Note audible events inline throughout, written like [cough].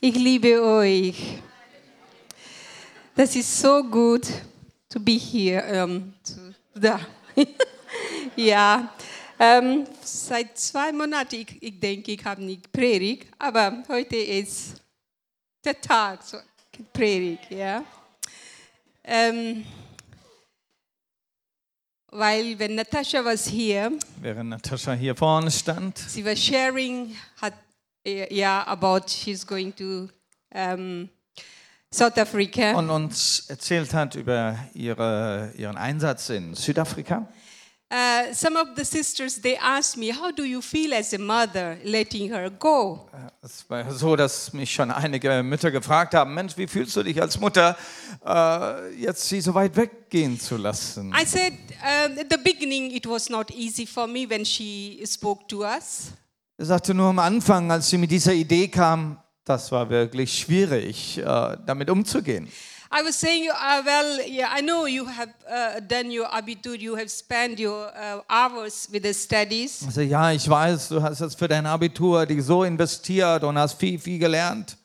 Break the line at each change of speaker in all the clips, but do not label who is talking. Ich liebe euch. Das ist so gut, to be here. Ähm, zu, da. [laughs] ja, ähm, seit zwei Monaten, ich, ich denke, ich habe nicht Predigt, aber heute ist der Tag, so Predigt, ja. Ähm, weil wenn Natascha was hier,
Während Natascha hier vorne stand,
sie war sharing, hat, äh, ja, about she's going to ähm, South Africa.
und uns erzählt hat über ihre, ihren Einsatz in Südafrika.
Uh, some of the sisters they asked me how do you feel as a mother letting her go
Es war so, dass mich schon einige Mütter gefragt haben, Mensch, wie fühlst du dich als Mutter, äh, jetzt sie so weit weggehen zu lassen?
i said um, at the beginning it was not easy for me when she spoke to us
Er sagte nur am Anfang, als sie mit dieser Idee kam, das war wirklich schwierig, äh, damit umzugehen.
i was saying uh, well yeah i know you have uh, done your abitur you have spent your uh, hours with the studies
Also, ja, ich weiß, du hast jetzt für dein Abitur dich so investiert und hast viel, viel gelernt.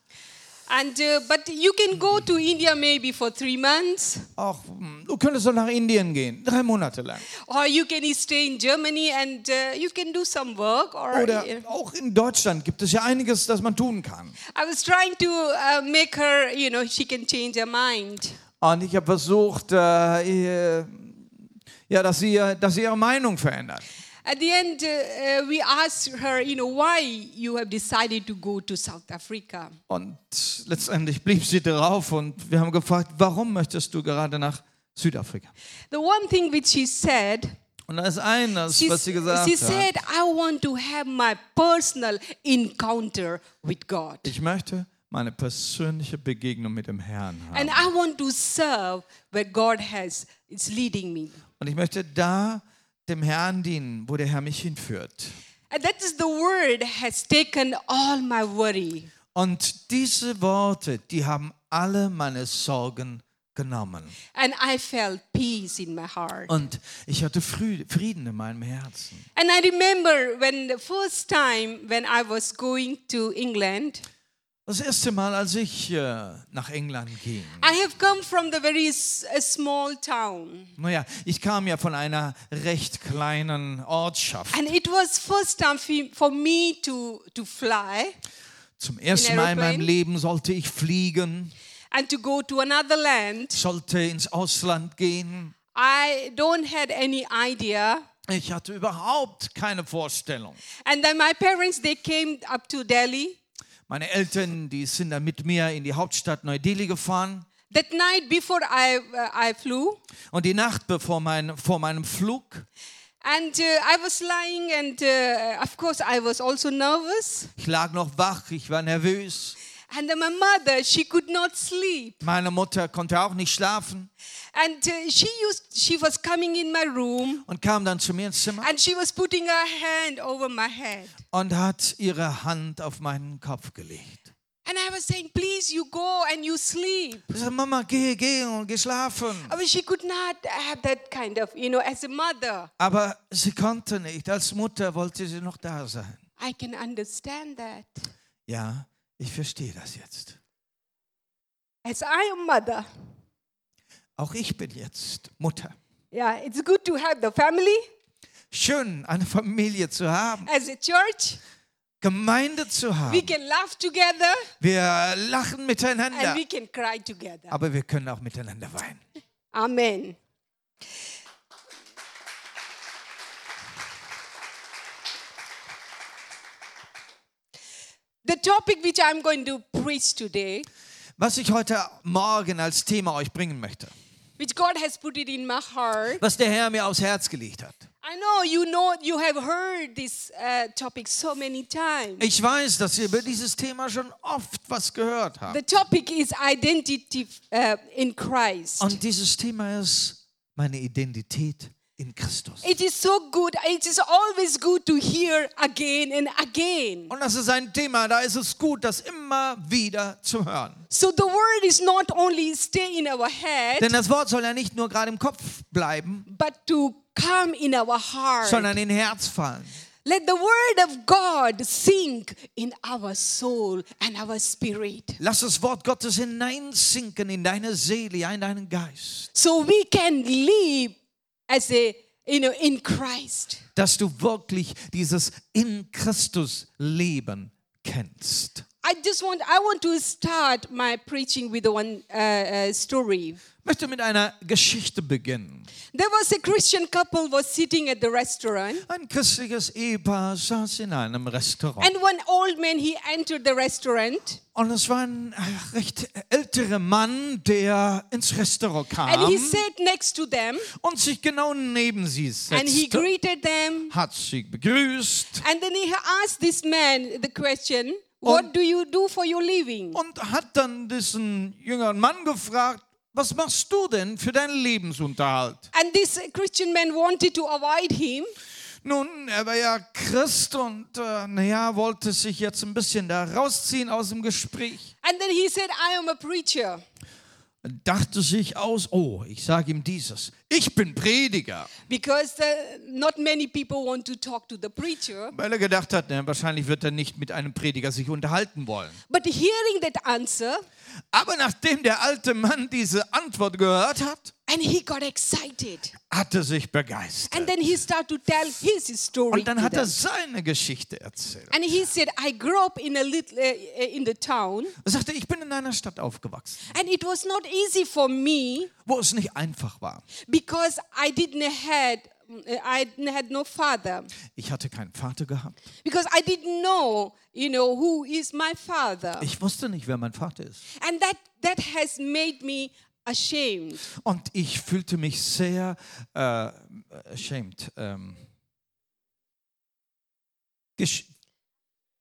and uh, but you can go to india maybe for 3 months
Ach, hm, du könntest doch nach Indien gehen, drei Monate lang.
or you can stay in germany and uh, you can do some work or
Oder auch in Deutschland gibt es ja einiges, das man tun kann.
I was trying to uh, make her, you know, she can change her mind.
Und ich habe versucht, äh, äh, ja, dass sie, ihr- dass sie ihre Meinung verändert.
At the end, uh, uh, we asked her, you know, why you have decided to go to South Africa.
Und letztendlich blieb sie drauf und wir haben gefragt, warum möchtest du gerade nach Südafrika?
The one thing which she said,
Und da ist eines,
she,
was sie gesagt
she
hat.
said, I want to have my personal encounter with God.
Ich möchte meine persönliche Begegnung mit dem Herrn haben.
And I want to serve where God has is leading me.
Und ich möchte da dem Herrn dienen, wo der Herr mich hinführt.
And that is the word has taken all my worry.
Und diese Worte, die haben alle meine Sorgen genommen.
And I felt peace in my heart.
Und ich hatte Frü- Frieden in meinem Herzen.
And I remember when the first time when I was going to England,
Das erste Mal, als ich äh, nach England ging.
I have come from the very s- a small town.
Naja, ich kam ja von einer recht kleinen Ortschaft.
And it was first time fe- for me to, to fly
Zum ersten Mal in meinem
aeroplane?
Leben sollte ich fliegen,
and to go to another land.
sollte ins Ausland gehen.
I don't had any idea.
Ich hatte überhaupt keine Vorstellung.
And then my parents, they came up to Delhi.
Meine Eltern, die sind dann mit mir in die Hauptstadt Neu-Delhi gefahren.
That night before I, uh, I flew,
Und die Nacht bevor mein, vor meinem Flug,
and uh, I was lying, and uh, of course I was also nervous.
ich lag noch wach, ich war nervös.
And then my mother, she could not sleep.
Meine Mutter konnte auch nicht schlafen
And uh, she used she was coming in my room
und kam dann zu mir ins Zimmer
and she was putting her hand over my head.
und hat ihre Hand auf meinen Kopf gelegt.
And I was saying, "Please you go and you sleep."
Ich sagte, Mama, geh, geh und geh schlafen.
I mean, she could not have that kind of, you know, as a mother.
Aber sie konnte nicht. Als Mutter wollte sie noch da sein.
I can understand that.
Ja, ich verstehe das jetzt.
As I am mother,
Auch ich bin jetzt Mutter.
yeah, it's good to have the family
Schön, eine Familie zu haben,
as a church.
Gemeinde zu
We
haben.
can laugh together
Wir lachen
and
miteinander,
we can cry together.
aber wir können auch miteinander weinen.
Amen. The topic which I'm going to preach today,
Was ich heute Morgen als Thema euch bringen möchte,
which God has put it in my heart,
was der Herr mir aufs Herz gelegt hat.
I know you know you have heard this uh, topic so many times.
Ich weiß, dass ihr über dieses Thema schon oft was gehört habt.
The topic is identity uh, in Christ.
Und dieses Thema ist meine Identität in Christus.
It is so good. It is always good to hear again and again.
Und das ist ein Thema, da ist es gut, das immer wieder zu hören.
So the word is not only stay in our head,
Denn das Wort soll ja nicht nur gerade im Kopf bleiben,
but to come in our heart.
sondern in Herz fallen.
Let the word of God sink in our soul and our spirit
Lass das Wort Gottes hineinsinken in deine Seele, in deinen Geist,
so we can live as a you know in Christ.
dass du wirklich dieses in Christus Leben kennst.
I just want I want to start my preaching with one uh, uh, story.
Ich möchte mit einer Geschichte beginnen.
There was a Christian couple was sitting at the restaurant
Ein christliches Ehepaar saß in einem Restaurant
and one old man he entered the restaurant
und es war ein äh, recht älterer Mann, der ins Restaurant
and
kam
he sat next to them
und sich genau neben sie
and he
setzte,
greeted them
hat sie begrüßt
and then he asked this man the question what do you do for your living
und hat dann diesen jüngeren Mann gefragt, was machst du denn für deinen Lebensunterhalt?
and this Christian man wanted to avoid him
Nun, er war ja Christ und äh, naja, wollte sich jetzt ein bisschen da rausziehen aus dem Gespräch.
and then he said I am a preacher
Dachte sich aus, oh, ich sage ihm dieses, ich bin Prediger.
because the, not many people want to talk to the preacher
Weil er gedacht hat, na, wahrscheinlich wird er nicht mit einem Prediger sich unterhalten wollen.
but hearing that answer
Aber nachdem der alte Mann diese Antwort gehört hat,
and he got excited
hat er sich begeistert.
and then he started to tell his story
Und dann
to
hat
them.
er seine Geschichte erzählt.
And he said, I grew up in a little uh, in the town,
Er sagte, ich bin in einer Stadt aufgewachsen,
and it was not easy for me
wo es nicht einfach war.
because I didn't had mm, uh, I didn't had no father
Ich hatte keinen Vater gehabt.
because I didn't know you know who is my
[laughs]
father,
Ich wusste nicht, wer mein Vater ist.
and that that has made me ashamed.
Und ich fühlte mich sehr äh, ashamed. Ähm, gesch-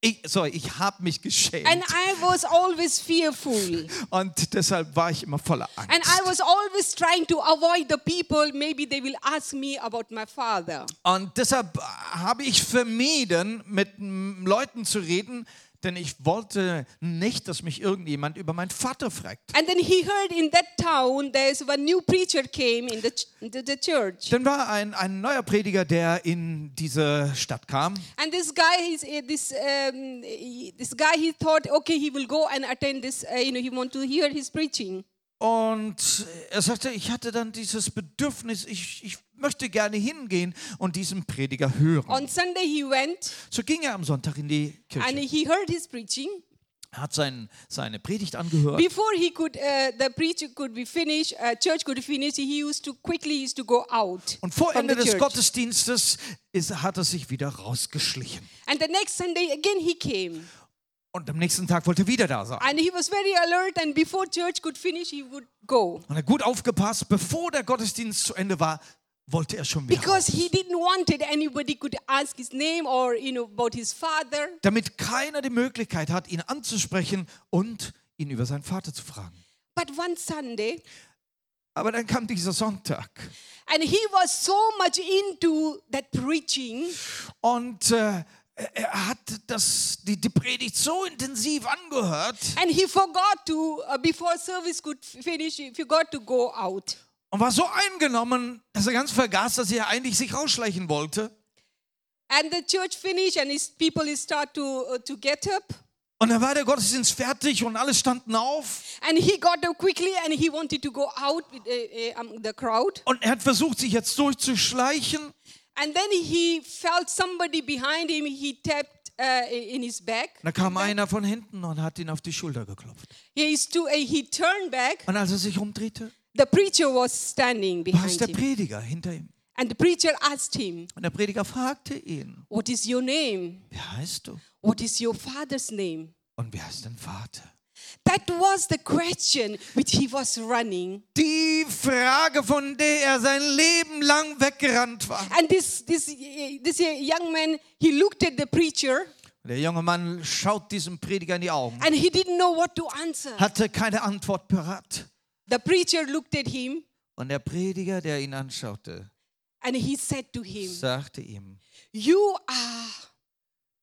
ich, sorry, ich habe mich geschämt.
And I was always fearful,
und deshalb war ich immer voller Angst.
and I was always trying to avoid the people. Maybe they will ask me about my father.
und deshalb habe ich vermieden, mit m, Leuten zu reden, denn ich wollte nicht, dass mich irgendjemand über meinen Vater fragt.
And then he heard in that town there's one new preacher came in the ch- the, the church.
Dann war ein, ein neuer Prediger, der in diese Stadt kam.
And this guy, he's, uh, this um, he- this guy, he thought, okay, he will go and attend this. Uh, you know, he want to hear his preaching.
Und er sagte, ich hatte dann dieses Bedürfnis, ich, ich möchte gerne hingehen und diesen Prediger hören.
On Sunday, he went
So ging er am Sonntag in die
and
Kirche,
he heard his preaching.
hat sein, seine Predigt angehört.
Before he could, uh, the preacher could be finished, uh, church could finish. He used to quickly used to go out
Und vor
from
Ende
the
des
church.
Gottesdienstes ist, hat er sich wieder rausgeschlichen.
And the next Sunday again he came,
Und am nächsten Tag wollte er wieder da sein.
and he was very alert. And before church could finish, he would go
Und er hat gut aufgepasst, bevor der Gottesdienst zu Ende war, wollte er schon wieder
because
raus.
he didn't want it. Anybody could ask his name or you know about his father.
Damit keiner die Möglichkeit hat, ihn anzusprechen und ihn über seinen Vater zu fragen.
But one Sunday.
Aber dann kam dieser Sonntag.
And he was so much into that preaching
Und äh, er hat das, die, die Predigt so intensiv angehört
and he forgot to, uh, before service could f- finish, he forgot to go out.
und war so eingenommen, dass er ganz vergaß, dass er eigentlich sich rausschleichen wollte.
And the church finished and his people start to, uh, to get up.
Und dann war der Gottesdienst fertig und alle standen auf
And he got up quickly and he wanted to go out with uh, uh, um, the crowd.
und er hat versucht, sich jetzt durchzuschleichen. Und
And then he felt somebody behind him. He tapped uh, in his back.
da kam einer von hinten und hat ihn auf die Schulter geklopft.
He, stu- uh, he turned back.
Und als er sich umdrehte,
The preacher was standing
war es
behind
der
him.
Prediger hinter ihm.
And the preacher asked him,
Und der Prediger fragte ihn,
What is your name?
wie heißt du
What is your father's name?
und wie heißt dein Vater?
That was the question which he was running.
Die Frage, von der er sein Leben lang weggerannt war.
And this, this, uh, this young man, he looked at the preacher
Der junge Mann schaut diesem Prediger in die Augen,
and he didn't know what to answer.
hatte keine Antwort parat.
The preacher looked at him
Und der Prediger, der ihn anschaute,
and he said to him,
sagte ihm,
You are,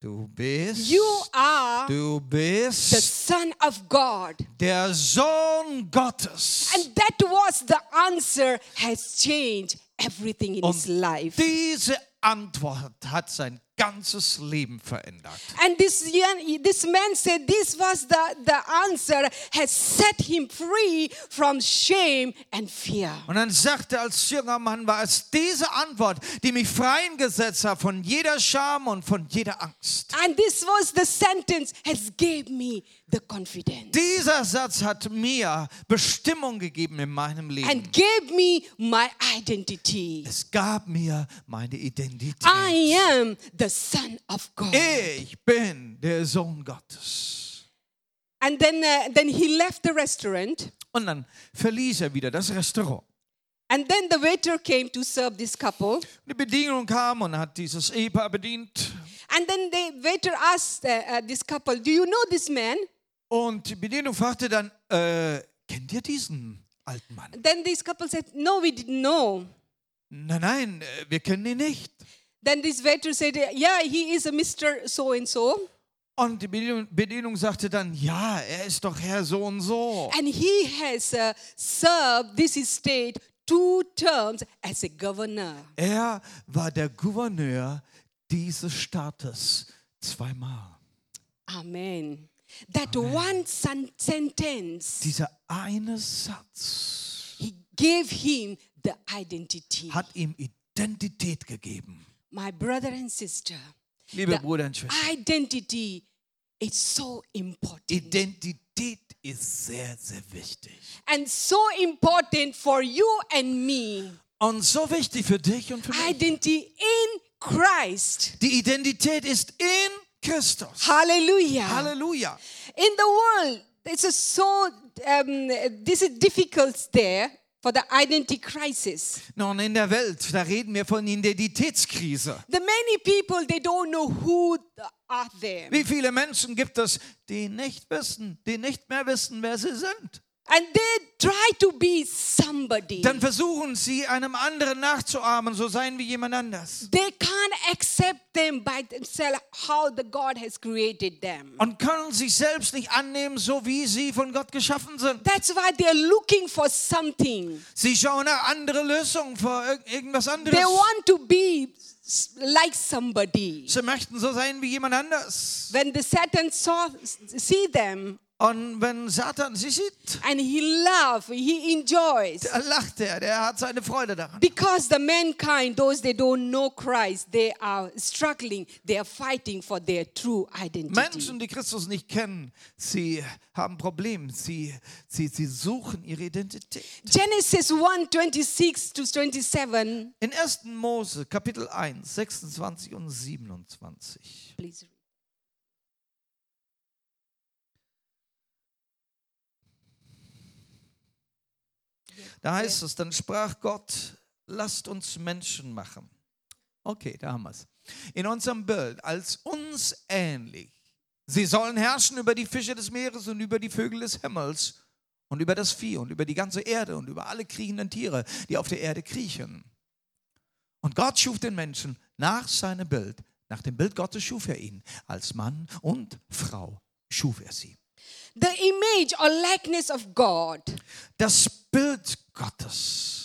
du bist,
you are
du
the
bist
Son of God.
der Sohn Gottes.
And that was the answer has changed everything in his life.
Diese Antwort hat sein ganzes Leben verändert.
And this, young, this man said this was the, the answer has set him free from shame and fear.
Und dann sagte er, als junger Mann war es diese Antwort, die mich freien gesetzt hat von jeder Scham und von jeder Angst.
And this was the sentence has gave me the confidence
Dieser Satz hat mir Bestimmung gegeben in meinem Leben.
and gave me my identity.
Es gab mir meine Identität.
I am the son of God.
Ich bin der Sohn Gottes.
And then, uh, then he left the restaurant.
Und dann verließ er wieder das Restaurant.
And then the waiter came to serve this couple.
Die Bedienung kam und hat dieses Ehepaar bedient.
And then the waiter asked uh, uh, this couple, Do you know this man?
Und die Bedienung fragte dann, äh, kennt ihr diesen alten Mann?
Then this couple said, No, we didn't know.
Nein, nein, äh, wir kennen ihn nicht.
Then this waiter said, Yeah, he is a Mr. So and so.
Und die Bedienung, Bedienung sagte dann, ja, er ist doch Herr so und so.
And he has uh, served this state two terms as a governor.
Er war der Gouverneur dieses Staates zweimal.
Amen. That one sen- sentence,
Dieser eine Satz
he gave him the identity.
hat ihm Identität gegeben.
My brother and sister,
Liebe
Ja.
Brüder und Schwestern,
identity is so important.
Identität ist sehr, sehr wichtig.
and so important for you and me.
Und so wichtig für dich und für mich.
Identity in Christ.
Die Identität ist in Christus.
Hallelujah.
Halleluja.
in the world, it's a so um, this is difficult there for the identity crisis.
Nun in der Welt, da reden wir von Identitätskrise.
The many people they don't know who the- are there,
Wie viele Menschen gibt es, die nicht wissen, die nicht mehr wissen, wer sie sind?
and they try to be somebody.
Dann versuchen sie, einem anderen nachzuahmen, so sein wie jemand anders.
They can't accept them by themselves how the God has created them.
Und können sich selbst nicht annehmen, so wie sie von Gott geschaffen sind.
That's why they're looking for something.
Sie schauen nach andere Lösungen für irg- irgendwas anderes.
They want to be s- like somebody.
Sie möchten so sein wie jemand anders.
When the Satan saw see them
Und wenn Satan sie sieht,
and he laughs, he enjoys.
da lacht er, der hat seine Freude daran.
Because the mankind, those they don't know Christ, they are struggling, they are fighting for their true identity.
Menschen, die Christus nicht kennen, sie haben Probleme. Sie, sie, sie suchen ihre Identität.
Genesis 1 26 to 27.
In 1. Mose, Kapitel 1, 26 und 27.
Please.
Da heißt es, dann sprach Gott, lasst uns Menschen machen. Okay, da haben wir es. In unserem Bild, als uns ähnlich. Sie sollen herrschen über die Fische des Meeres und über die Vögel des Himmels und über das Vieh und über die ganze Erde und über alle kriechenden Tiere, die auf der Erde kriechen. Und Gott schuf den Menschen nach seinem Bild. Nach dem Bild Gottes schuf er ihn. Als Mann und Frau schuf er sie.
The image or likeness of God.
Das Bild Gottes.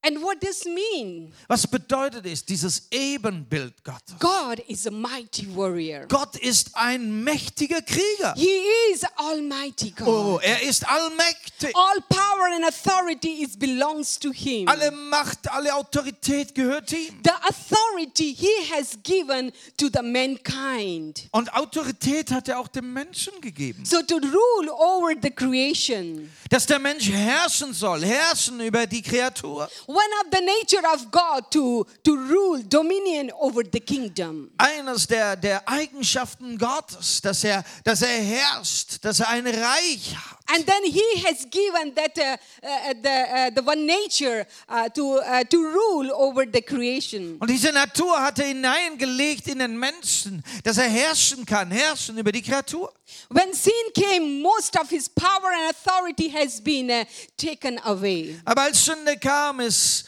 And what does mean?
Was bedeutet es, dieses Ebenbild Gottes?
God is a mighty warrior.
Gott ist ein mächtiger Krieger.
He is Almighty God.
Oh, er ist allmächtig.
All power and authority is belongs to Him.
Alle Macht, alle Autorität gehört ihm.
the authority He has given to the mankind.
Und Autorität hat er auch dem Menschen gegeben.
So to rule over the creation,
Dass der Mensch herrschen soll, herrschen über die Kreatur.
one of the nature of God to, to rule dominion over the kingdom.
Eines der, der Eigenschaften Gottes, dass er, dass er herrscht, dass er ein Reich hat.
And then he has given that uh, uh, the, uh, the one nature uh, to, uh, to rule over the creation.
Und diese Natur hat er hineingelegt in den Menschen, dass er herrschen kann, herrschen über die Kreatur.
When sin came, most of his power and authority has been uh, taken away.
Aber als Sünde kam, ist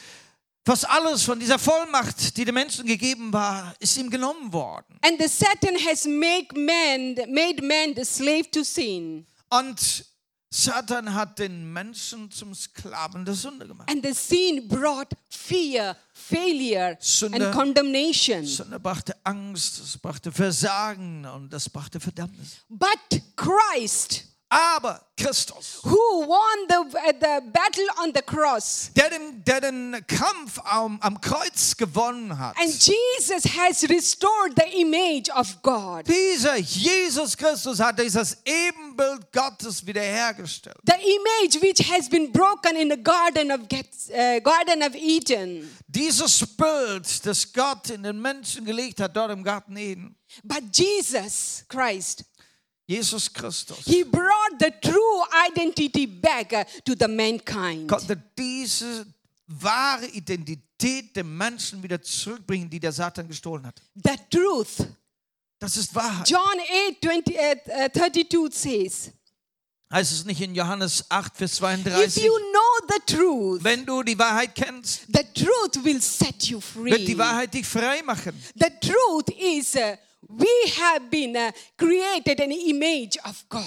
fast alles von dieser Vollmacht, die dem Menschen gegeben war, ist ihm genommen worden.
And the Satan has made man, made man the slave to sin.
Und Satan hat den Menschen zum Sklaven der Sünde gemacht.
And the sin brought fear, failure,
Sünde-
and condemnation.
Sünde brachte Angst, es brachte Versagen und das brachte Verdammnis.
But Christ,
Aber Christus,
who won the, uh, the battle on the cross,
der den, der den Kampf am, am Kreuz gewonnen hat,
and Jesus has restored the image of God.
dieser Jesus Christus hat dieses Ebenbild Gottes wiederhergestellt.
The image which has been broken in the Garden of, Geth- uh, Garden of Eden.
Dieses Bild, das Gott in den Menschen gelegt hat, dort im Garten Eden,
But Jesus Christ,
Jesus Christus,
He brought the true identity back uh, to the mankind.
konnte diese wahre Identität dem Menschen wieder zurückbringen, die der Satan gestohlen hat.
The truth.
Das ist Wahrheit.
John 8 20, uh, uh, 32 says,
Heißt es nicht in Johannes 8, Vers
If
32?
you know the truth,
Wenn du die Wahrheit kennst,
the truth will set you free.
wird die Wahrheit dich frei machen.
The truth is, uh, we have been uh, created an image of God.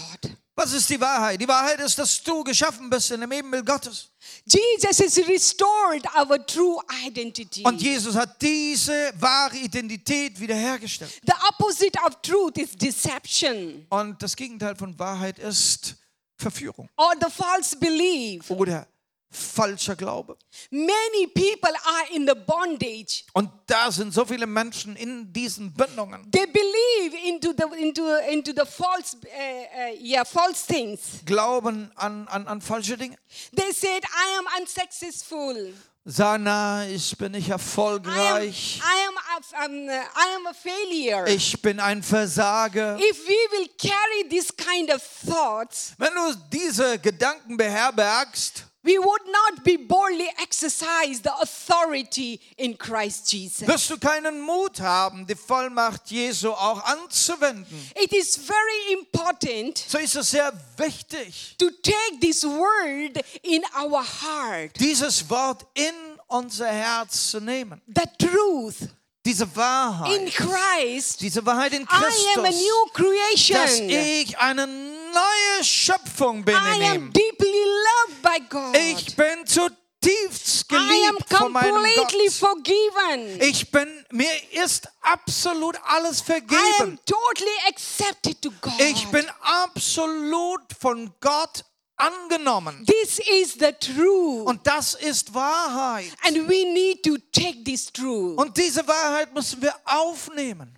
Was ist die Wahrheit? Die Wahrheit ist, dass du geschaffen bist in dem Ebenbild Gottes.
Jesus has restored our true identity.
Und Jesus hat diese wahre Identität wiederhergestellt.
The opposite of truth is deception
Und das Gegenteil von Wahrheit ist Verführung
or the false belief.
oder falscher Glaube.
Many people are in the bondage.
Und da sind so viele Menschen in diesen Bindungen.
They believe into the into into the false uh, uh, yeah false things.
Glauben an, an, an falsche Dinge.
They said, "I am unsuccessful.
Sagen, na, ich bin nicht
I am
erfolgreich.
I am a, um, uh, I am a failure."
Ich bin ein Versager.
If we will carry this kind of thoughts,
Wenn du diese Gedanken beherbergst,
we would not be boldly exercise the authority in Christ Jesus.
wirst du keinen Mut haben, die Vollmacht Jesu auch anzuwenden.
It is very important
So ist es sehr wichtig,
to take this word in our heart,
dieses Wort in unser Herz zu nehmen.
the truth
Diese
in
Wahrheit,
Christ.
diese Wahrheit in
I am a
Christus,
new
dass
creation.
ich eine neue Schöpfung bin
I
in
am
ihm.
deeply loved by God.
Ich bin zutiefst
I am
geliebt von meinem
completely
Gott.
forgiven.
Ich bin, mir ist absolut alles
I am
vergeben.
totally accepted to God.
Ich bin absolut von Gott angenommen.
This is the truth.
Und das ist Wahrheit.
And we need to take this truth.
Und diese Wahrheit müssen wir aufnehmen.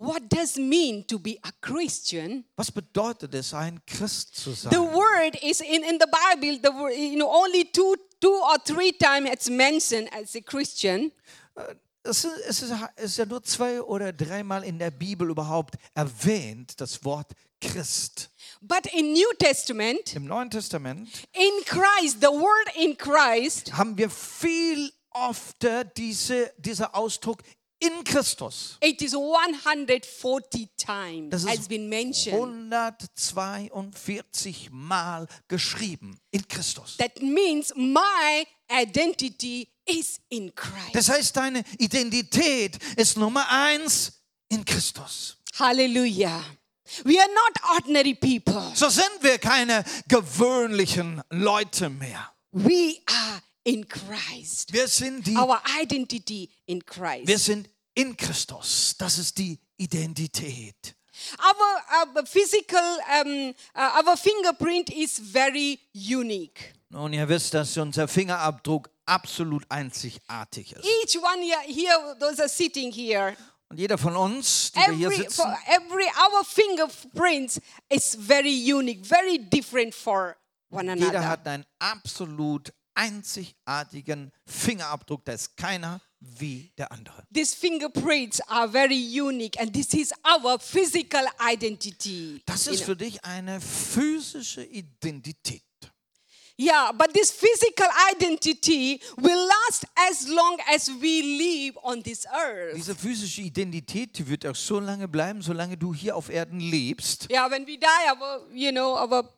What does mean to be a Christian?
Was bedeutet es, ein Christ zu
The
sein?
word is in, in the Bible, the word, you know, only two two or three times it's mentioned as a Christian.
Es ist, es ist, es ist ja nur zwei oder dreimal in der Bibel überhaupt erwähnt, das Wort Christ.
But in New Testament,
Im Neuen Testament
in Christ, the word in Christ
haben wir viel öfter diese, dieser Ausdruck in Christus.
it is 140 times
Das ist
has been mentioned.
142 Mal geschrieben in Christus.
That means my identity is in Christ.
Das heißt, deine Identität ist Nummer eins in Christus.
Hallelujah. We are not ordinary people.
So sind wir keine gewöhnlichen Leute mehr.
We are in Christ.
Wir sind die,
Our identity in
wir
Christ.
sind in Christus. Das ist die Identität.
Our, our physical, um, uh, our fingerprint is very unique.
Nun, ihr wisst, dass unser Fingerabdruck absolut einzigartig ist.
Each one here, here those are sitting here.
Und jeder von uns, die wir hier
Every, for
sitzen,
every our fingerprints is very unique, very different for one
jeder
another.
hat einen absolut einzigartigen Fingerabdruck. Da ist keiner wie der andere.
These fingerprints are very unique, and this is our physical identity.
Das ist für dich eine physische Identität.
Yeah, but this physical identity will last as long as we live on this earth.
Diese physische Identität die wird auch so lange bleiben, solange du hier auf Erden lebst.
Yeah, when we die, our you know our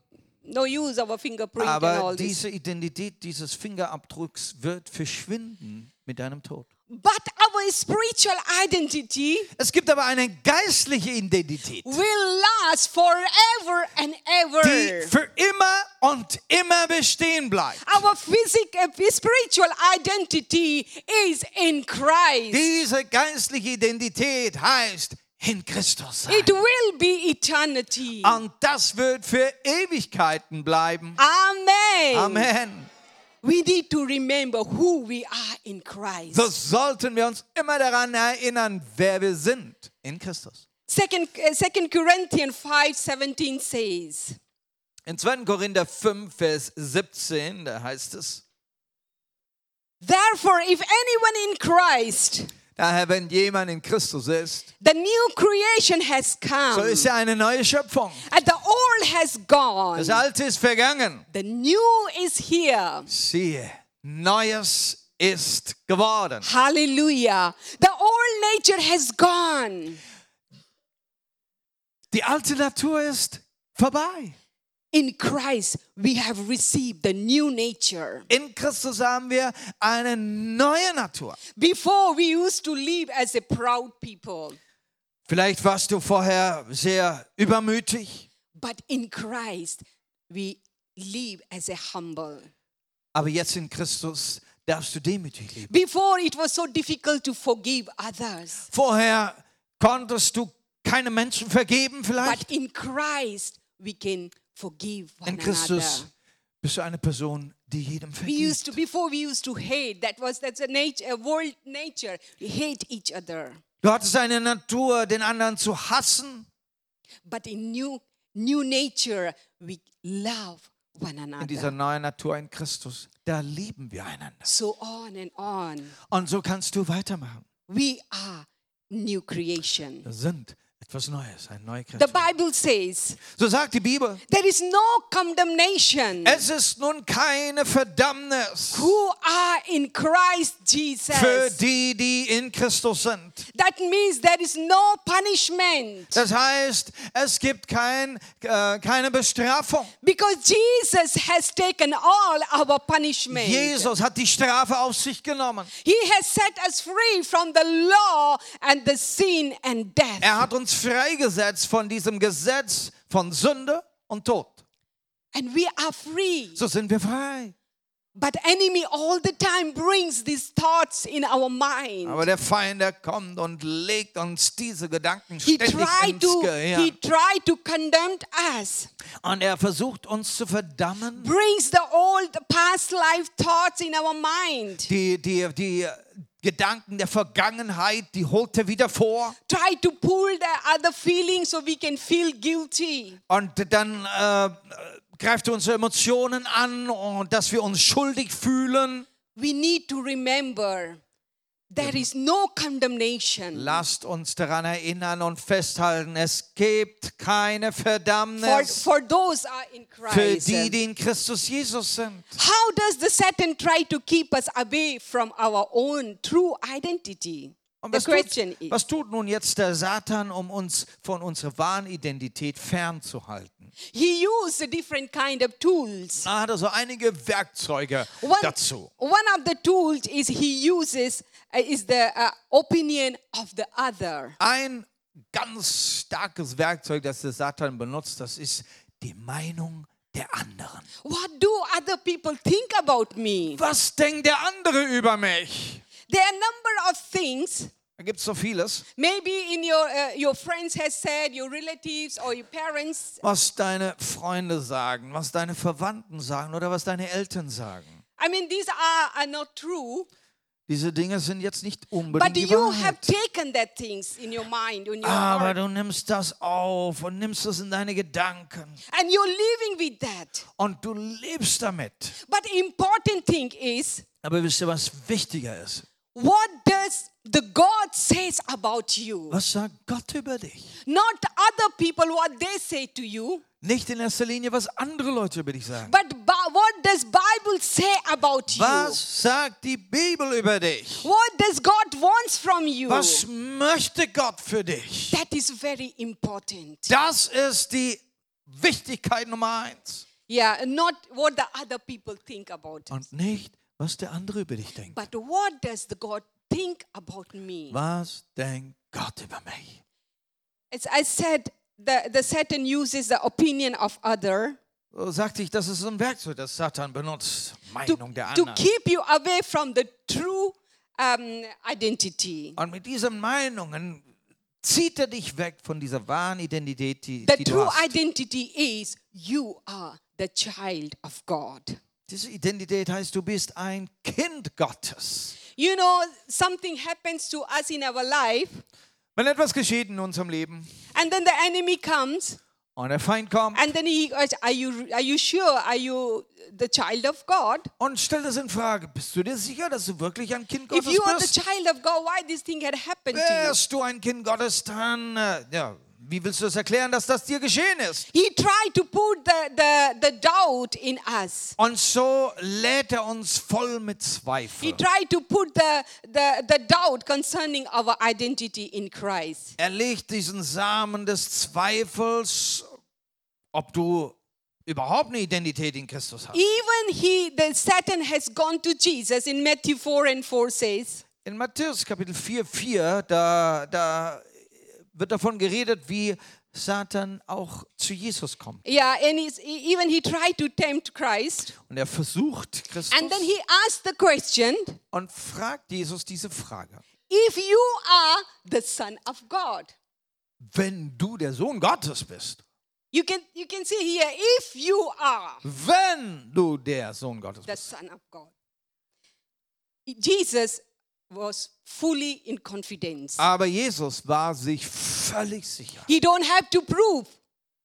no use our fingerprint and
Aber
all this.
diese Identität dieses Fingerabdrucks wird verschwinden mit deinem Tod.
But our spiritual identity
Es gibt aber eine geistliche Identität,
will last forever and ever.
die für immer und immer bestehen bleibt.
Our physic, uh, spiritual identity is in Christ.
Diese geistliche Identität heißt in Christus sein.
It will be eternity.
Und das wird für Ewigkeiten bleiben.
Amen.
Amen.
We need to remember who we are in Christ.
So sollten wir uns immer daran erinnern, wer wir sind in Christus.
Second, uh, Second Corinthians 5:17 says,
In 2. Korinther 5, Vers 17, da heißt es,
"Therefore if anyone in Christ,
daher wenn jemand in Christus ist,
the new creation has come,
so ist er eine neue Schöpfung.
and the old has gone,
Das Alte ist vergangen.
the new is here."
Siehe, Neues ist geworden.
Hallelujah. The old nature has gone.
Die alte Natur ist vorbei.
In Christ, we have received the new nature.
In Christus haben wir eine neue Natur.
Before, we used to live as a proud people,
Vielleicht warst du vorher sehr übermütig,
but in Christ, we live as a humble.
aber jetzt in Christus darfst du demütig leben.
Before, it was so difficult to forgive others,
Vorher konntest du keine Menschen vergeben, vielleicht.
but in Christ, we can forgive one
In
another.
Christus bist du eine Person, die jedem
We used
vergibt.
to before we used to hate. That was that's a nature, a world nature. We hate each other.
Du hattest eine Natur, den anderen zu hassen.
But in new new nature, we love one
In dieser
another.
neuen Natur in Christus, da lieben wir einander.
So on and on.
Und so kannst du weitermachen.
We are new creation.
Wir sind etwas Neues, ein neuer
The
Christus.
Bible says
So sagt die Bibel.
there is no condemnation
Es ist nun keine Verdammnis
who are in Christ
für
Jesus.
die, die in Christus sind.
That means there is no punishment
Das heißt, es gibt kein, äh, keine Bestrafung.
because Jesus has taken all our punishment.
Jesus hat die Strafe auf sich genommen.
He has set us free from the law and the sin and death.
Er hat uns freigesetzt von diesem Gesetz von Sünde und Tod.
And we are free.
So sind wir frei.
But enemy all the time brings these thoughts in our mind.
Aber der Feind, der kommt und legt uns diese Gedanken
He
ständig
tried
ins
to he
Gehirn.
tried to condemn us.
Und er versucht uns zu verdammen.
Brings the old past life thoughts in our mind.
Die, die, die Gedanken der Vergangenheit, die holt er wieder vor.
Try to pull the other feelings so we can feel guilty.
Und dann äh, greift er unsere Emotionen an und dass wir uns schuldig fühlen.
We need to remember there is no condemnation
Lasst uns daran erinnern und festhalten, es gibt keine
for,
Verdammnis
for those are in
für
Christ.
die, die in Christus Jesus sind.
How does the Satan try to keep us away from our own true identity?
Und
The
was tut,
question is
was tut nun jetzt der Satan, um uns von unserer wahren Identität fernzuhalten?
he used a different kind of tools.
Er hat also einige Werkzeuge
One,
dazu.
one of the tools is he uses uh, is the uh, opinion of the other.
Ein ganz starkes Werkzeug, das der Satan benutzt, das ist die Meinung der anderen.
What do other people think about me?
Was denkt der andere über mich?
There are a number of things.
Da gibt es so vieles.
Maybe in your uh, your friends has said, your relatives or your parents.
Was deine Freunde sagen, was deine Verwandten sagen oder was deine Eltern sagen.
I mean, these are, are not true.
Diese Dinge sind jetzt nicht unbedingt
But
die
you have
Wahrheit.
taken that things in your mind, in your
Aber
heart,
du nimmst das auf und nimmst es in deine Gedanken
and you're living with that.
und du lebst damit.
But important thing is,
Aber wisst ihr, was wichtiger ist?
what does the God says about you?
Was sagt Gott über dich?
Not other people what they say to you,
Nicht in erster Linie, was andere Leute über dich sagen.
but Bi- what does Bible say about you?
Was sagt die Bibel über dich?
What does God wants from you?
Was möchte Gott für dich?
That is very important.
Das ist die Wichtigkeit Nummer eins.
Yeah, not what the other people think about,
Und nicht, was der andere über dich denkt.
but what does the God think about me?
Was denkt Gott über mich?
As I said, the, the Satan uses the opinion of other.
So sagte ich, das ist ein Werkzeug, das Satan benutzt.
to,
Meinung der
to
anderen.
keep you away from the true um, identity,
Und mit diesen Meinungen zieht er dich weg von dieser wahren Identität, die,
the
die
true
du hast.
identity is you are the child of God.
Diese Identität heißt, du bist ein Kind Gottes.
You know, something happens to us in our life,
Wenn etwas geschieht in unserem Leben
and then the enemy comes,
und der Feind kommt
and then he goes, Are you, are you sure? Are you the child of God?
und stellt es in Frage, bist du dir sicher, dass du wirklich ein Kind
If
Gottes
you are the
bist?
child of God, why this thing had happened to
Wärst du ein Kind Gottes, dann, äh, ja, wie willst du es erklären, dass das dir geschehen ist?
you? He tried to put the, the, the doubt in us.
Und so lädt er uns voll mit
He
Zweifel.
tried to put the, the, the doubt concerning our identity in Christ.
Er legt diesen Samen des Zweifels, ob du überhaupt eine Identität in Christus hast.
Even he, the Satan has gone to Jesus in Matthew 4 and 4 says,
In Matthäus Kapitel 4, 4, da, da wird davon geredet, wie Satan auch zu Jesus kommt.
yeah, and he's, he- even he tried to tempt Christ.
Und er versucht Christus
And then he asked the question,
und fragt Jesus diese Frage.
if you are the son of God.
Wenn du der Sohn Gottes bist,
You can, you can see here, if you are
wenn du der Sohn Gottes
the
bist.
son of God. Jesus was fully in confidence.
Aber Jesus war sich völlig sicher.
He don't have to prove.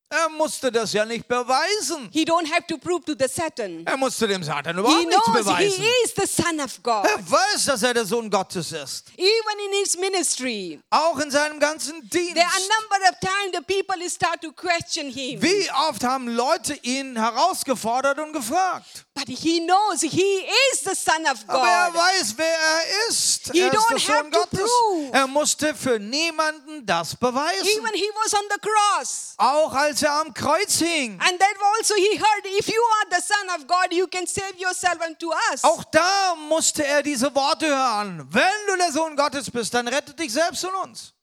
Er musste das ja nicht beweisen.
He don't have to prove to the Satan.
Er musste dem Satan
He
überhaupt nichts
knows he
beweisen.
is the son of God.
Er weiß, dass er der Sohn Gottes ist.
Even in his ministry,
Auch in seinem ganzen Dienst.
there are a number of times the people start to question him.
Wie oft haben Leute ihn herausgefordert und gefragt?
But he knows he is the son of
Aber er
God.
weiß, wer er ist.
You
er ist
don't
der
have
Sohn
to
Gottes.
prove.
Er musste für niemanden das beweisen.
Even he was on the cross.
Auch als er am Kreuz hing.
And then also he heard, if you are the son of God, you can save yourself unto us.
Auch da musste er diese Worte hören. Wenn du der Sohn Gottes bist, dann rette dich selbst und uns.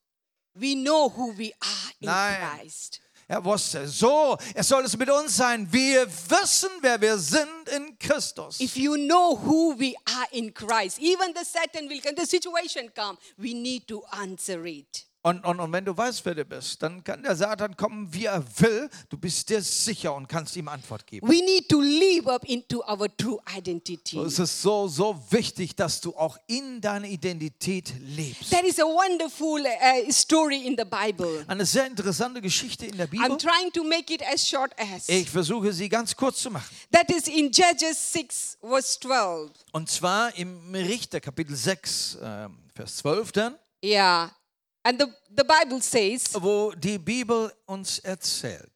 We know who we are in
Nein.
Christ.
Er wusste, so, es soll es mit uns sein. Wir wissen, wer wir sind in Christus.
If you know who we are in Christ, even the Satan will come, the situation come, we need to answer it.
Und, und, und wenn du weißt, wer du bist, dann kann der Satan kommen, wie er will. Du bist dir sicher und kannst ihm Antwort geben.
We need to live up into our true identity.
Es ist Oh, so, so wichtig, dass du auch in deiner Identität lebst.
There is a wonderful uh, story in the Bible.
Eine sehr interessante Geschichte in der Bibel.
I'm trying to make it as short as.
Ich versuche sie ganz kurz zu machen.
That is in Judges 6, verse 12.
Und zwar im Richter Kapitel 6, ähm, Vers 12 dann,
Yeah. And the, the Bible says,
wo die Bibel uns erzählt.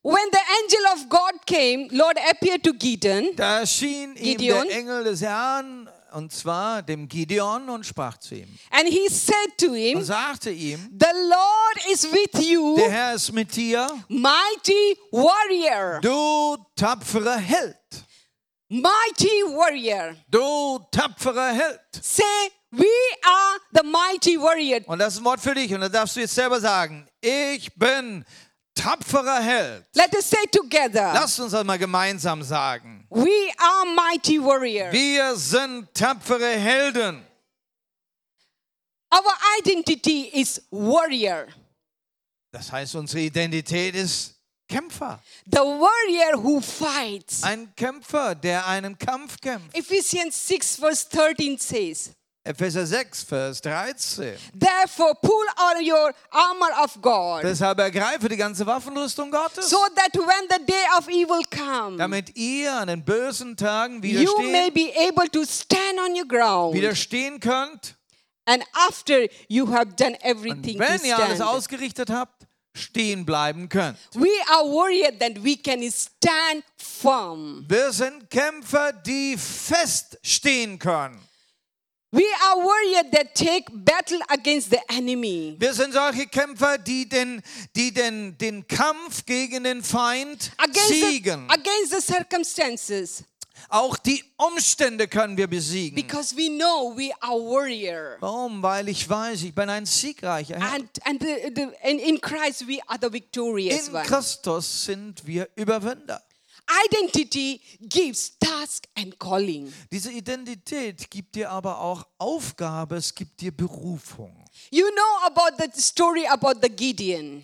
When the angel of God came, Lord appeared to Gideon.
Da erschien ihm
Gideon.
der Engel des Herrn, und zwar dem Gideon, und sprach zu ihm.
And he said to him,
Und sagte ihm,
The Lord is with
der
you,
Herr ist mit dir,
mighty warrior.
Du tapferer Held.
Mighty warrior.
Du tapferer Held.
Say, we are the mighty warrior.
Und das ist ein Wort für dich und das darfst du jetzt selber sagen. Ich bin tapferer Held.
Let us say together,
Lasst uns das mal gemeinsam sagen.
we are mighty warrior.
Wir sind tapfere Helden.
Our identity is warrior.
Das heißt, unsere Identität ist Kämpfer.
The warrior who fights.
Ein Kämpfer, der einen Kampf kämpft.
Ephesians 6 verse 13 says,
Epheser 6, Vers 13.
Therefore pull out your armor of God,
Deshalb ergreife die ganze Waffenrüstung Gottes,
so that when the day of evil comes,
damit ihr an den bösen Tagen
you may
widerstehen,
be able to stand on your ground.
widerstehen könnt.
And after you have done
Und
everything to
wenn ihr alles
stand,
ausgerichtet habt, stehen bleiben könnt.
we are worried that we can stand firm.
Wir sind Kämpfer, die feststehen können.
We are worried that take battle against the enemy.
Wir sind solche Kämpfer, die den, die den, den Kampf gegen den Feind
Against the,
siegen.
against the circumstances
Auch die Umstände können wir besiegen.
because we know we are warrior
Warum? Weil ich weiß, ich bin ein siegreicher Herr.
and and the, the, and in Christ we are the victorious
In
one
Christus sind wir Überwinder.
identity gives task and calling.
Diese Identität gibt dir aber auch Aufgabe, es gibt dir Berufung.
You know about the story about the Gideon.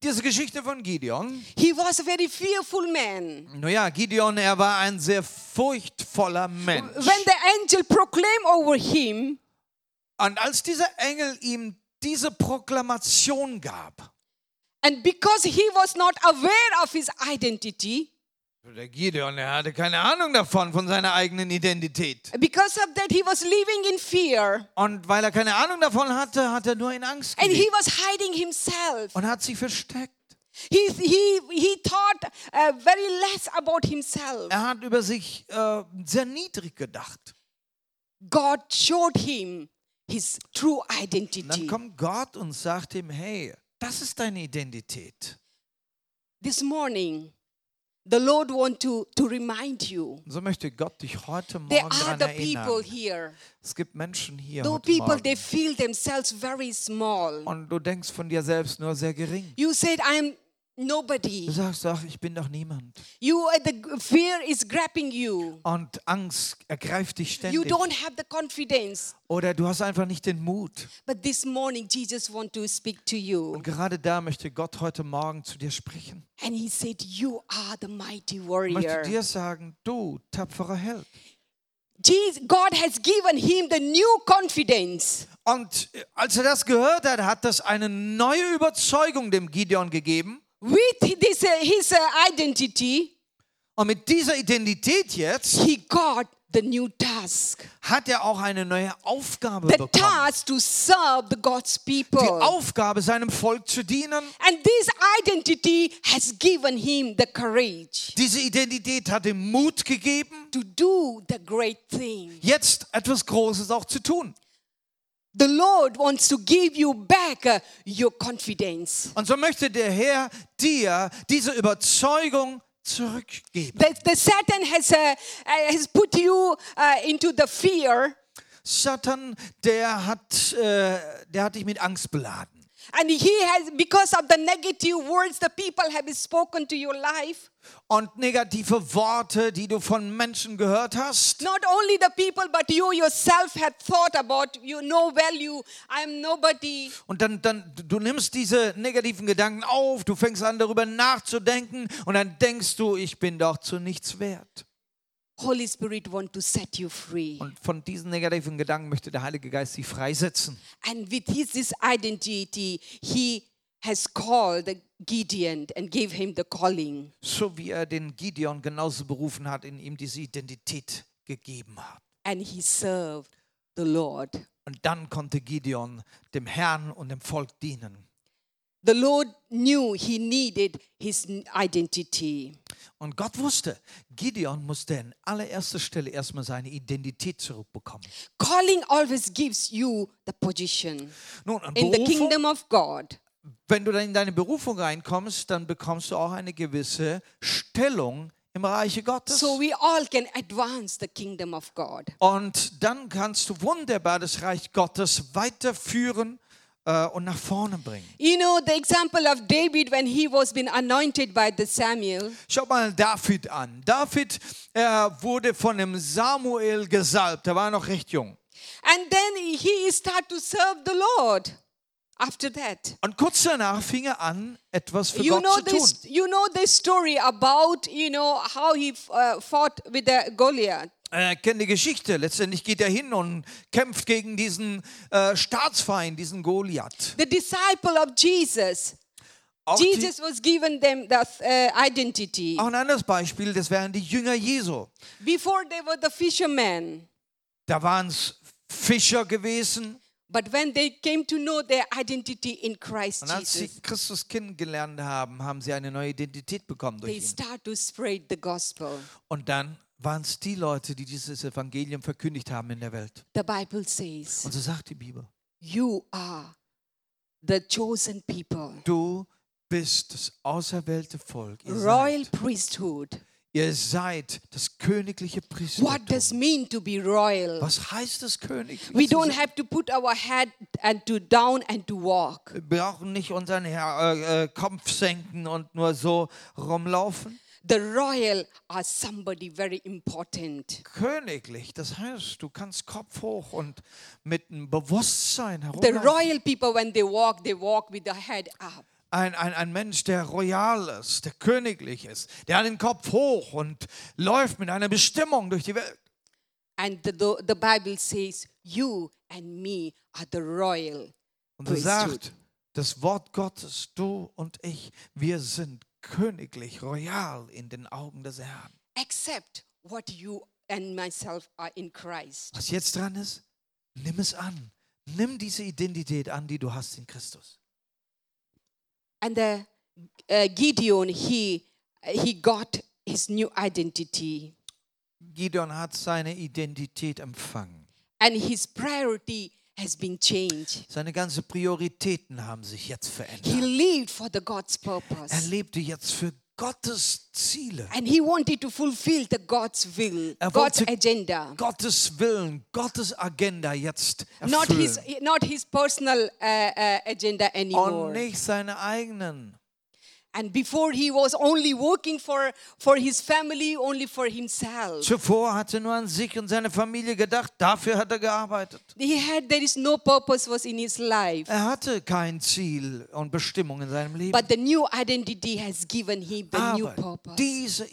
Diese Geschichte von Gideon.
He was a very fearful man.
Naja, Gideon, er war ein sehr furchtvoller Mensch.
When the angel proclaimed over him,
Und als dieser Engel ihm diese Proklamation gab,
and because he was not aware of his identity,
der Gideon, er hatte keine Ahnung davon, von seiner eigenen Identität.
because of that, he was living in fear
Und weil er keine Ahnung davon hatte, hat er nur in Angst
and he
gelebt
was hiding himself.
und hat sich versteckt.
He, he, he thought uh, very less about himself.
Er hat über sich äh, sehr niedrig gedacht.
God showed him his true
Und dann
identity.
kommt Gott und sagt ihm, hey, das ist deine Identität.
This morning, the Lord want to, to remind you.
Und so möchte Gott dich heute Morgen
There are
daran
the people
erinnern.
here.
Es gibt Menschen hier
Though
heute
people, they
Morgen
feel themselves very small.
und du denkst von dir selbst nur sehr gering.
You said, I am
Du
nobody.
sagst, ach, ich bin doch niemand.
You, uh, the fear is grabbing you.
Und Angst ergreift dich
You
ständig.
don't have the confidence.
Oder du hast einfach nicht den Mut.
But this morning, Jesus want to speak to you.
Und gerade da möchte Gott heute Morgen zu dir sprechen.
And he said, you are the mighty
Ich möchte
warrior.
dir sagen, du tapferer Held.
Jesus, God has given him the new confidence.
Und äh, als er das gehört hat, hat das eine neue Überzeugung dem Gideon gegeben.
With this, uh, his uh, identity,
Und mit dieser Identität jetzt
he got the new task.
hat er auch eine neue Aufgabe
The
bekommen.
task to serve the God's
Die
people.
Aufgabe, seinem Volk zu dienen.
And this identity has given him the courage
Diese Identität hat ihm Mut gegeben,
to do the great thing.
jetzt etwas Großes auch zu tun.
The Lord wants to give you back uh, your confidence.
Und so möchte der Herr dir diese Überzeugung zurückgeben.
The, the Satan has, uh, uh, has put you uh, into the fear
Satan, der hat, äh, der hat dich mit Angst beladen.
And he has, because of the negative words the people have spoken to your life,
Und negative Worte, die du von Menschen gehört hast.
not only the people, but you yourself had thought about you, no value, I am nobody.
Und dann, dann, du nimmst diese negativen Gedanken auf, du fängst an, darüber nachzudenken und dann denkst du, ich bin doch zu nichts wert.
Holy Spirit want to set you free.
Und von diesen negativen Gedanken möchte der Heilige Geist dich freisetzen.
And with his this identity, he has called Gideon and gave him the calling.
so wie er den Gideon genauso berufen hat, in ihm diese Identität gegeben hat.
And he served the Lord.
Und dann konnte Gideon dem Herrn und dem Volk dienen.
The Lord knew he needed his identity.
Und Gott wusste, Gideon musste an allererster Stelle erstmal seine Identität zurückbekommen.
Calling always gives you the position.
Nun, und
in the
Berufung,
kingdom of God.
wenn du dann in deine Berufung reinkommst, dann bekommst du auch eine gewisse Stellung im Reiche Gottes.
So we all can advance the kingdom of God.
Und dann kannst du wunderbar das Reich Gottes weiterführen äh, und nach vorne bringen.
You know the example of David when he was been anointed by the Samuel.
Schau mal David an. David, er wurde von dem Samuel gesalbt. Er war noch recht jung.
And then he start to serve the Lord after that.
Und kurz danach fing er an, etwas für
You
Gott
know
zu tun.
this you know this story about you know how he uh, fought with the Goliath.
Er Äh, kennt die Geschichte. Letztendlich geht er hin und kämpft gegen diesen äh, Staatsfeind, diesen Goliath.
The disciple of Jesus.
Auch, die,
Jesus was given them the uh, identity.
auch ein anderes Beispiel, das wären die Jünger Jesu.
Before they were the fishermen.
Da waren es Fischer gewesen.
But when they came to know their identity in Christ
Und als sie
Jesus,
Christus kennengelernt haben, haben sie eine neue Identität bekommen durch
they
ihn.
start to spread the gospel.
Und dann waren es die Leute, die dieses Evangelium verkündigt haben in der Welt.
The Bible
Und
says,
so sagt die Bibel,
You are the chosen people,
du bist das auserwählte Volk. Ihr
royal
seid,
priesthood,
Ihr seid das königliche Priestertum.
What does mean to be royal?
Was heißt das königlich?
We
zu
don't have to put our head and to down and to walk.
Wir brauchen nicht unseren Her äh, äh, Kopf senken und nur so rumlaufen.
The royal are somebody very important.
Königlich, das heißt, du kannst Kopf hoch und mit einem Bewusstsein
The
herumlaufen.
royal people, when they walk, they walk with their head up.
Ein, ein, ein Mensch, der royal ist, der königlich ist, der hat den Kopf hoch und läuft mit einer Bestimmung durch die Welt.
And the, the, the Bible says, You and me are the royal.
Und er
Priesthood.
sagt, das Wort Gottes, du und ich, wir sind königlich, royal in den Augen des Herrn.
Accept what you and myself are in Christ.
Was jetzt dran ist, nimm es an. Nimm diese Identität an, die du hast in Christus.
And the uh, Gideon, he, he got his new identity.
Gideon hat seine Identität empfangen.
And his priority has been changed.
Seine ganzen Prioritäten haben sich jetzt
He
verändert.
lived for the God's
Er
purpose.
lebte jetzt für Gottes Ziele,
And he wanted to fulfill the God's will,
Er
God's
wollte-
agenda.
Gottes Willen, Gottes Agenda jetzt
Not his,
erfüllen.
not his personal uh, uh, agenda
Und
anymore.
nicht seine eigenen.
And before he was only working for, for his family, only for himself.
Zuvor hatte nur an sich und seine Familie gedacht, dafür hat er gearbeitet.
He had, there is no purpose was in his life.
Er hatte kein Ziel und Bestimmung in seinem Leben.
But the new identity has given him the new
Aber
purpose.
diese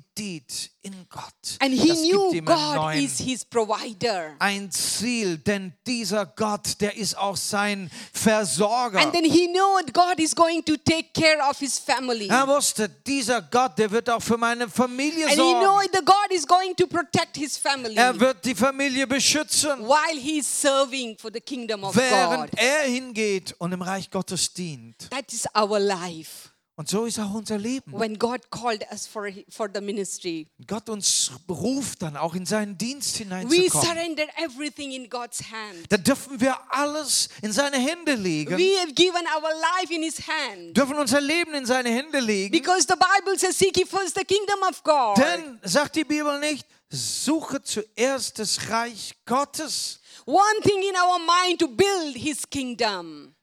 Identität in Gott,
And he
das gibt
knew
ihm einen
God is
neuen,
his provider.
ein Ziel, denn dieser Gott, der ist auch sein Versorger.
And then he knew God is going to take care of his family.
Er wusste, dieser Gott, der wird auch für meine Familie
And he knew
sorgen.
that God is going to protect his family
Er wird die Familie beschützen,
while he is serving for the kingdom of God.
während er hingeht und im Reich Gottes dient.
That is our life.
Und so ist auch unser Leben.
When God called us for, for the ministry,
Gott uns ruft dann auch in seinen Dienst
we
hineinzukommen.
surrender everything in God's hand.
Da dürfen wir alles in seine Hände legen,
We have given our life in his hand.
dürfen unser Leben in seine Hände legen.
Because the Bible says, Seek ye first the kingdom of God.
Denn sagt die Bibel nicht, suche zuerst das Reich Gottes.
One thing in our mind to build his kingdom.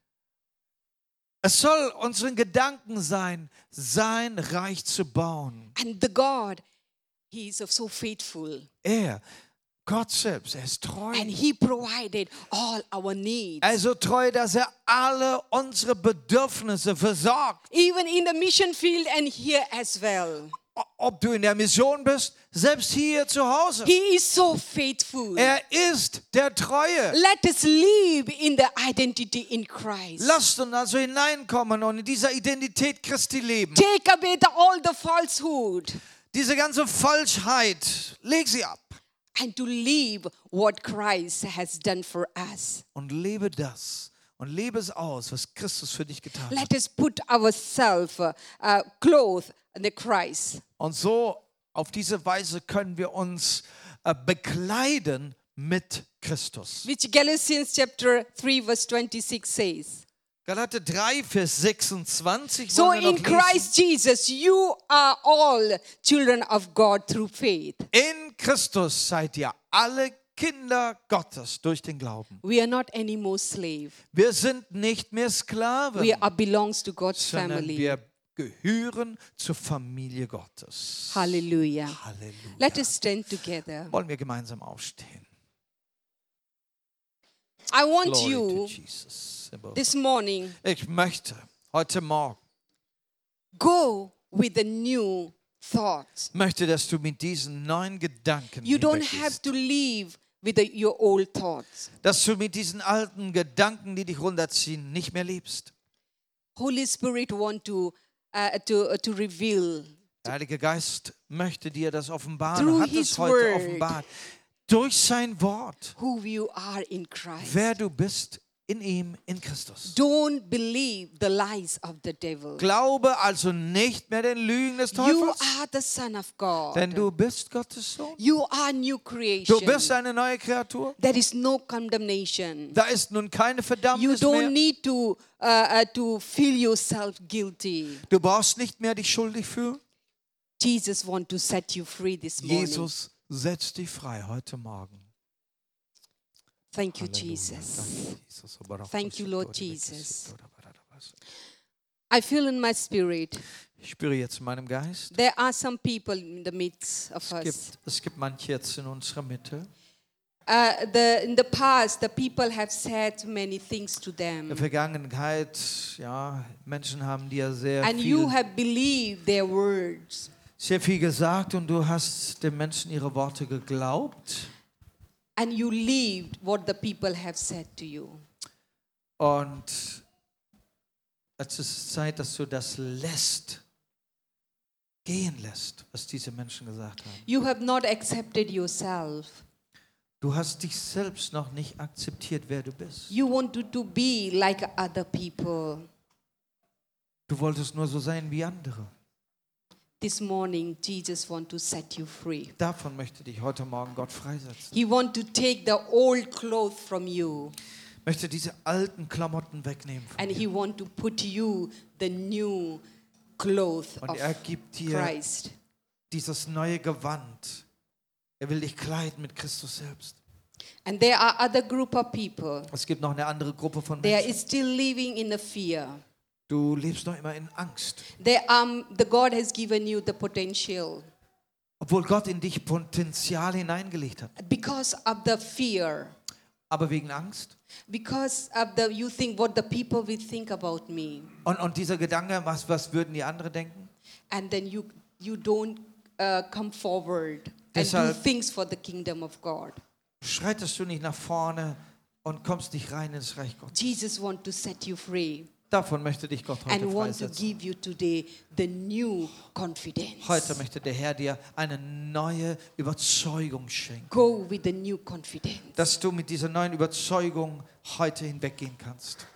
Es soll unseren Gedanken sein, sein Reich zu bauen.
And the God, he is of so faithful.
Er, Gott selbst, er ist treu.
And he provided all our needs.
Er ist so treu, dass er alle unsere Bedürfnisse versorgt.
Even in the mission field and here as well.
O- Ob du in der Mission bist, selbst hier zu Hause.
He is so faithful.
Er ist der Treue.
Let us live in the identity in Christ.
Lasst uns also hineinkommen und in dieser Identität Christi leben.
Take away the, all the falsehood
Diese ganze Falschheit, leg sie ab
and to live what Christ has done for us.
und lebe das und lebe es aus, was Christus für dich getan hat.
Let us put ourselves uh, uh, clothed in the Christ.
Und so auf diese Weise können wir uns äh, bekleiden mit Christus.
which Galatians chapter 3 verse 26 says.
Galater 3, Vers 26.
So
wollen wir noch
in
lesen.
Christ Jesus you are all children of God through faith.
in Christus seid ihr alle Kinder Gottes durch den Glauben.
We are not anymore slave.
Wir sind nicht mehr Sklaven.
We are belongs to God's
sondern
family.
wir gehören zur Familie Gottes.
Hallelujah.
Halleluja.
Let us stand together.
Wollen wir gemeinsam aufstehen.
I want
Glory to
you
Jesus.
this morning
Ich möchte heute Morgen,
go with a new thought.
möchte, dass du mit diesen neuen Gedanken,
You don't have
hinweggehst.
to live with the- your old thoughts.
dass du mit diesen alten Gedanken, die dich runterziehen, nicht mehr lebst.
Holy Spirit want to uh, to to reveal
Der Heilige Geist möchte dir das offenbaren,
Through
hat es
his
heute
word.
offenbart. Durch sein Wort,
who you are in Christ.
wer du bist in ihm, in Christus.
Don't believe the lies of the devil.
Glaube also nicht mehr den Lügen des
You
Teufels,
are the son of God.
denn du bist Gottes Sohn.
you are new creation.
Du bist eine neue Kreatur.
there is no condemnation.
Da ist nun keine
You
Verdammnis
don't
mehr.
need to uh, uh, to feel yourself guilty.
Du brauchst nicht mehr dich schuldig fühlen.
Jesus wants to set you free this morning.
Jesus setzt dich frei heute Morgen.
Thank you,
Halleluja.
Jesus.
Danke, Jesus.
Thank you, Lord Jesus. I feel in my spirit
Ich spüre jetzt in meinem Geist,
there are some people in the midst of
es
us.
gibt, es gibt manche jetzt in unserer Mitte.
Uh, the, in the past, the people have said many things to
In der
them,
Vergangenheit, ja, Menschen haben dir sehr
and you
viel,
have believed their words.
sehr viel gesagt und du hast den Menschen ihre Worte geglaubt
and you lived what the people have said to you.
und es ist Zeit, dass du das lässt, gehen lässt, was diese Menschen gesagt haben.
You have not accepted yourself.
Du hast dich selbst noch nicht akzeptiert, wer du bist.
You wanted to be like other people.
Du wolltest nur so sein wie andere.
This morning, Jesus wants to set you free.
Davon möchte dich heute Morgen Gott freisetzen.
He wants to take the old clothes from you
Möchte diese alten Klamotten wegnehmen. Von
and
dir.
He wants to put you the new clothes
Und
of
er gibt dir
Christ.
dieses neue Gewand. Er will dich kleiden mit Christus selbst.
And there are other group of people.
Es gibt noch eine andere Gruppe von
They
Menschen.
are still living in the fear.
Du lebst noch immer in Angst.
They are, the God has given you the potential.
Obwohl Gott in dich Potenzial hineingelegt hat.
Because of the fear,
Aber wegen Angst.
Because of the, you think what the people will think about me,
Und, und dieser Gedanke, was, was würden die anderen denken?
and then you you don't uh, come forward and do
Deshalb-
things for the kingdom of God.
Schreitest du nicht nach vorne und kommst nicht rein ins Reich Gottes.
Jesus wants to set you free
Davon möchte dich Gott heute
and wants to
freisetzen.
give you today the new confidence.
Heute möchte der Herr dir eine neue Überzeugung schenken,
Go with the new confidence.
dass du mit dieser neuen Überzeugung heute hinweggehen kannst.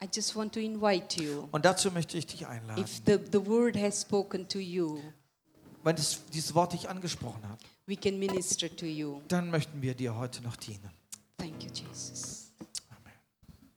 I just want to invite you.
Und dazu möchte ich dich einladen.
If the, the word has spoken to you,
Wenn das, dieses Wort dich angesprochen hat,
we can minister to you.
dann möchten wir dir heute noch dienen.
Thank you, Jesus.